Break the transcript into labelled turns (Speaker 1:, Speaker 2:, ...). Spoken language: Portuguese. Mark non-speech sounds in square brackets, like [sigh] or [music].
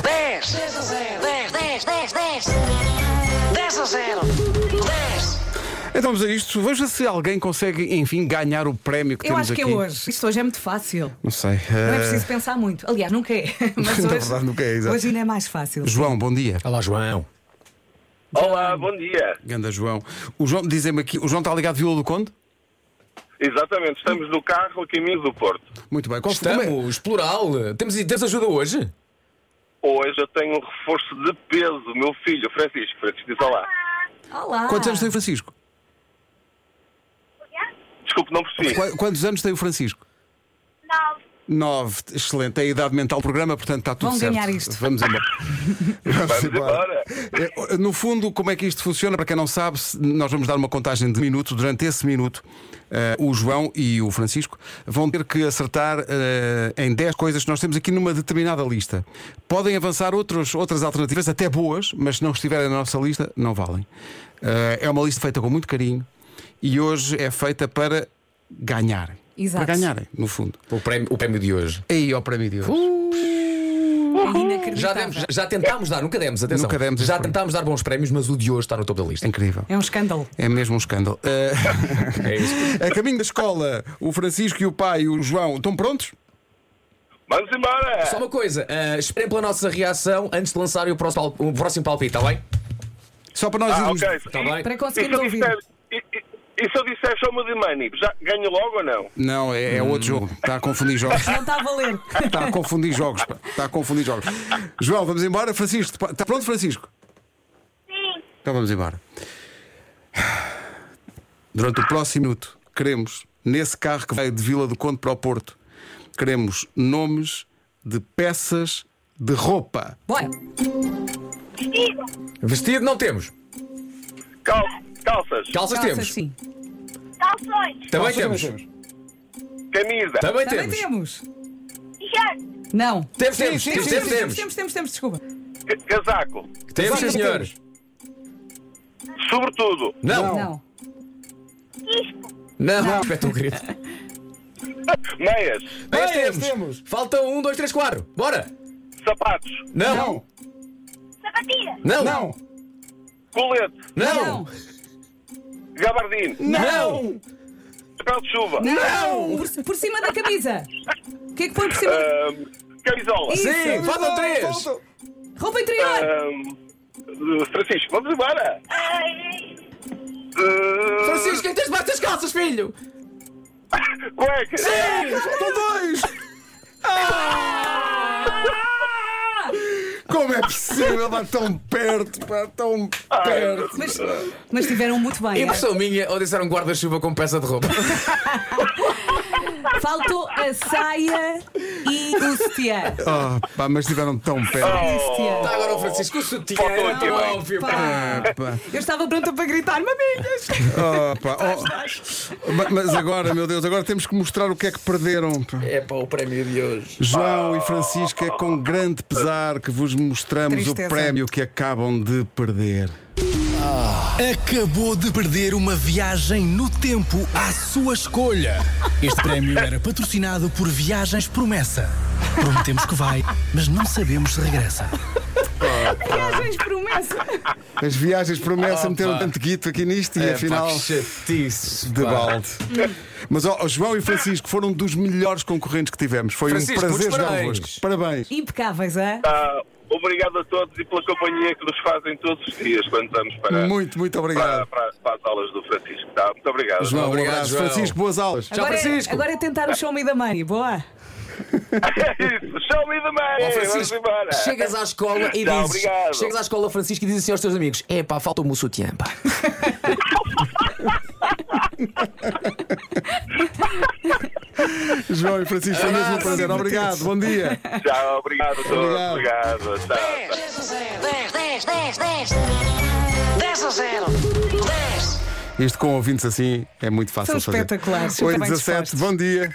Speaker 1: 10, 10 a 0. 10, 10, 10, 10. 10 a 0. 10.
Speaker 2: Então vamos a isto. Veja se alguém consegue, enfim, ganhar o prémio que
Speaker 3: Eu
Speaker 2: temos
Speaker 3: acho que
Speaker 2: aqui.
Speaker 3: é hoje. Isto hoje é muito fácil.
Speaker 2: Não sei.
Speaker 3: Não é
Speaker 2: eh,
Speaker 3: preciso pensar muito. Aliás, nunca é. Mas
Speaker 2: Na
Speaker 3: hoje,
Speaker 2: verdade, nunca é, exato.
Speaker 3: hoje ainda é mais fácil.
Speaker 2: João, bom dia.
Speaker 4: Olá, João.
Speaker 5: Olá, bom dia.
Speaker 2: Ganda João. O João, dizem-me aqui, o João está ligado à Vila do Conde?
Speaker 5: Exatamente, estamos no carro a caminho do Porto.
Speaker 2: Muito bem. Qual foi- como é-
Speaker 4: Estamos, plural. Temos, temos ajuda hoje?
Speaker 5: Hoje eu tenho um reforço de peso, o meu filho, Francisco. Francisco, diz olá.
Speaker 3: Olá.
Speaker 2: Quantos anos tem o Francisco?
Speaker 5: Desculpe, não percebi.
Speaker 2: Qua- Quantos anos tem o Francisco?
Speaker 6: Nove.
Speaker 2: Nove. Excelente. É a idade mental do programa, portanto está tudo
Speaker 3: Vão
Speaker 2: certo.
Speaker 3: ganhar isto.
Speaker 2: Vamos embora.
Speaker 5: Vamos embora.
Speaker 2: É, No fundo, como é que isto funciona? Para quem não sabe, se- nós vamos dar uma contagem de minuto. Durante esse minuto, eh, o João e o Francisco vão ter que acertar eh, em 10 coisas que nós temos aqui numa determinada lista. Podem avançar outros, outras alternativas, até boas, mas se não estiverem na nossa lista, não valem. Eh, é uma lista feita com muito carinho e hoje é feita para ganharem.
Speaker 3: Exato.
Speaker 2: Para ganharem, no fundo.
Speaker 4: O prémio, o prémio de hoje.
Speaker 2: Aí ao prémio de hoje.
Speaker 3: É inacreditável.
Speaker 4: Já, demos, já- já tentámos dar, nunca demos, atenção.
Speaker 2: Nunca demos
Speaker 4: já
Speaker 2: este
Speaker 4: tentámos dar bons prémios, mas o de hoje está no topo da lista.
Speaker 2: Incrível.
Speaker 3: É um escândalo.
Speaker 2: É mesmo um escândalo. Eh, [laughs]
Speaker 4: É isso.
Speaker 2: A caminho da escola, o Francisco e o pai, o João, estão prontos?
Speaker 5: Vamos embora.
Speaker 4: Só uma coisa, ah, esperem pela nossa reação antes de lançarem o próximo, pal- o próximo palpite, está bem?
Speaker 2: Só para nós
Speaker 5: Ah,
Speaker 2: irmos.
Speaker 5: ok.
Speaker 4: Está Tá bem.
Speaker 3: Para
Speaker 5: E, e
Speaker 3: conseguirmos
Speaker 5: se eu
Speaker 3: ouvir.
Speaker 5: disser, e, e, e se eu disser show-me de money, já ganho logo ou não?
Speaker 2: Não, é, é outro jogo. Está a confundir jogos.
Speaker 3: Não está a valer.
Speaker 2: Está a confundir jogos. pá. Está a confundir jogos. João, vamos embora. Francisco, pa- está pronto, Francisco?
Speaker 6: Sim.
Speaker 2: Então vamos embora. Durante o próximo minuto, queremos, nesse carro que vai de Vila do Conde para o Porto, queremos nomes de peças de roupa.
Speaker 3: Bora.
Speaker 6: Vestido.
Speaker 4: Vestido não temos.
Speaker 5: Cal, calças,
Speaker 4: Calças,
Speaker 3: Calças,
Speaker 4: temos.
Speaker 3: sim.
Speaker 6: Calções.
Speaker 4: Também
Speaker 2: Calças
Speaker 4: temos.
Speaker 2: também
Speaker 5: camisa,
Speaker 4: Também
Speaker 3: Também
Speaker 4: temos.
Speaker 3: temos.
Speaker 6: T-shirt.
Speaker 3: Não.
Speaker 4: Temos,
Speaker 2: Sim,
Speaker 4: temos,
Speaker 2: sim,
Speaker 4: temos,
Speaker 2: sim,
Speaker 4: temos,
Speaker 2: sim,
Speaker 4: temos.
Speaker 3: Temos, temos, temos, desculpa.
Speaker 5: ca- casaco,
Speaker 4: Temos, sim,
Speaker 2: Sim,
Speaker 4: senhor.
Speaker 2: temos.
Speaker 5: sobretudo,
Speaker 4: Não, não.
Speaker 3: Não.
Speaker 6: Quispo.
Speaker 4: não. Espeta um grito.
Speaker 5: meias,
Speaker 4: Meias
Speaker 2: Meias
Speaker 4: temos.
Speaker 2: temos.
Speaker 4: Faltam um, dois, três, quatro. Bora!
Speaker 5: sapatos,
Speaker 4: Não!
Speaker 6: Sapatilha.
Speaker 4: Não!
Speaker 2: Não!
Speaker 5: colete,
Speaker 4: Não!
Speaker 5: gabardine,
Speaker 4: Não!
Speaker 5: chapéu de chuva,
Speaker 3: Não. Por, por cima da camisa. O que é que põe por cima? da-
Speaker 5: ahm, camisola.
Speaker 3: Isso.
Speaker 4: Sim, faltam três!
Speaker 3: Roupa interior.
Speaker 5: Ahm, uh, Francisco, vamos embora.
Speaker 6: Ai,
Speaker 5: Ah,
Speaker 4: Francisco, quem tens debaixo das calças, filho?
Speaker 5: Cueca!
Speaker 2: Faltam dois! Ah! Como é possível? Está tão perto, pá, tão perto.
Speaker 3: Mas, mas tiveram muito bem. é?
Speaker 4: Impressão minha, ou disseram guarda-chuva com peça de roupa?
Speaker 3: Faltou a saia e o sutiã.
Speaker 2: Ah, pá, mas estiveram tão perto.
Speaker 3: E o sutiã.
Speaker 4: Está [laughs] agora o Francisco, o sutiã
Speaker 5: Faltou
Speaker 4: era
Speaker 5: aqui,
Speaker 4: tão
Speaker 5: bem.
Speaker 4: óbvio.
Speaker 3: Pá.
Speaker 2: Ah, pá.
Speaker 3: Eu estava pronta para gritar, maminhas!
Speaker 2: Ah, pá. Oh, ma- Mas agora, meu Deus, agora temos que mostrar o que é que perderam. pá.
Speaker 4: É para o prémio de hoje.
Speaker 2: João e Francisco, é com grande pesar que vos mostramos o
Speaker 3: Tristeza.
Speaker 2: prémio que acabam de perder.
Speaker 7: Acabou de perder uma viagem no tempo à sua escolha. Este prémio era patrocinado por Viagens Promessa. Prometemos que vai, mas não sabemos se regressa.
Speaker 3: Viagens promessa!
Speaker 2: As viagens promessa meteram tanto guito aqui nisto e afinal.
Speaker 4: É, chatice.
Speaker 2: De balde. Mas ó, João e Francisco foram dos melhores concorrentes que tivemos. Foi
Speaker 4: Francisco,
Speaker 2: um prazer
Speaker 4: muitos
Speaker 2: jogar
Speaker 4: parabéns.
Speaker 2: convosco. Parabéns.
Speaker 3: Impecáveis, é?
Speaker 5: Ah, obrigado a todos e pela companhia que nos fazem todos os dias quando vamos para,
Speaker 2: Muito, muito
Speaker 5: para,
Speaker 2: obrigado.
Speaker 5: para- para as aulas do Francisco. Tá? Muito obrigado.
Speaker 2: João,
Speaker 4: Obrigado,
Speaker 2: um abraço.
Speaker 4: João.
Speaker 2: Francisco, boas aulas.
Speaker 3: Agora, é,
Speaker 4: Francisco.
Speaker 3: agora é tentar o show me da money, boa!
Speaker 5: É [laughs] isso. Show me the money.
Speaker 4: Ó,
Speaker 5: vamos
Speaker 4: Francisco,
Speaker 5: embora.
Speaker 4: chegas à escola e
Speaker 5: Tchau,
Speaker 4: dizes.
Speaker 5: obrigado.
Speaker 4: Chegas à escola, Francisco, e dizes assim aos teus amigos: É pá, falta-me o sutiã, pá.
Speaker 2: João e Francisco, foi mesmo um
Speaker 4: Abraço.
Speaker 2: prazer. Obrigado, bom dia.
Speaker 5: Tchau, obrigado a todos.
Speaker 2: Obrigado.
Speaker 5: Obrigado. Tchau, tchau.
Speaker 1: 10 a 0. 10, 10, 10, 10. 10 a 0. 10.
Speaker 2: Isto com ouvintes assim é muito fácil
Speaker 3: São
Speaker 2: fazer.
Speaker 3: espetaculares, super
Speaker 2: 8
Speaker 3: bem
Speaker 2: 17,
Speaker 3: dispostos.
Speaker 2: bom dia.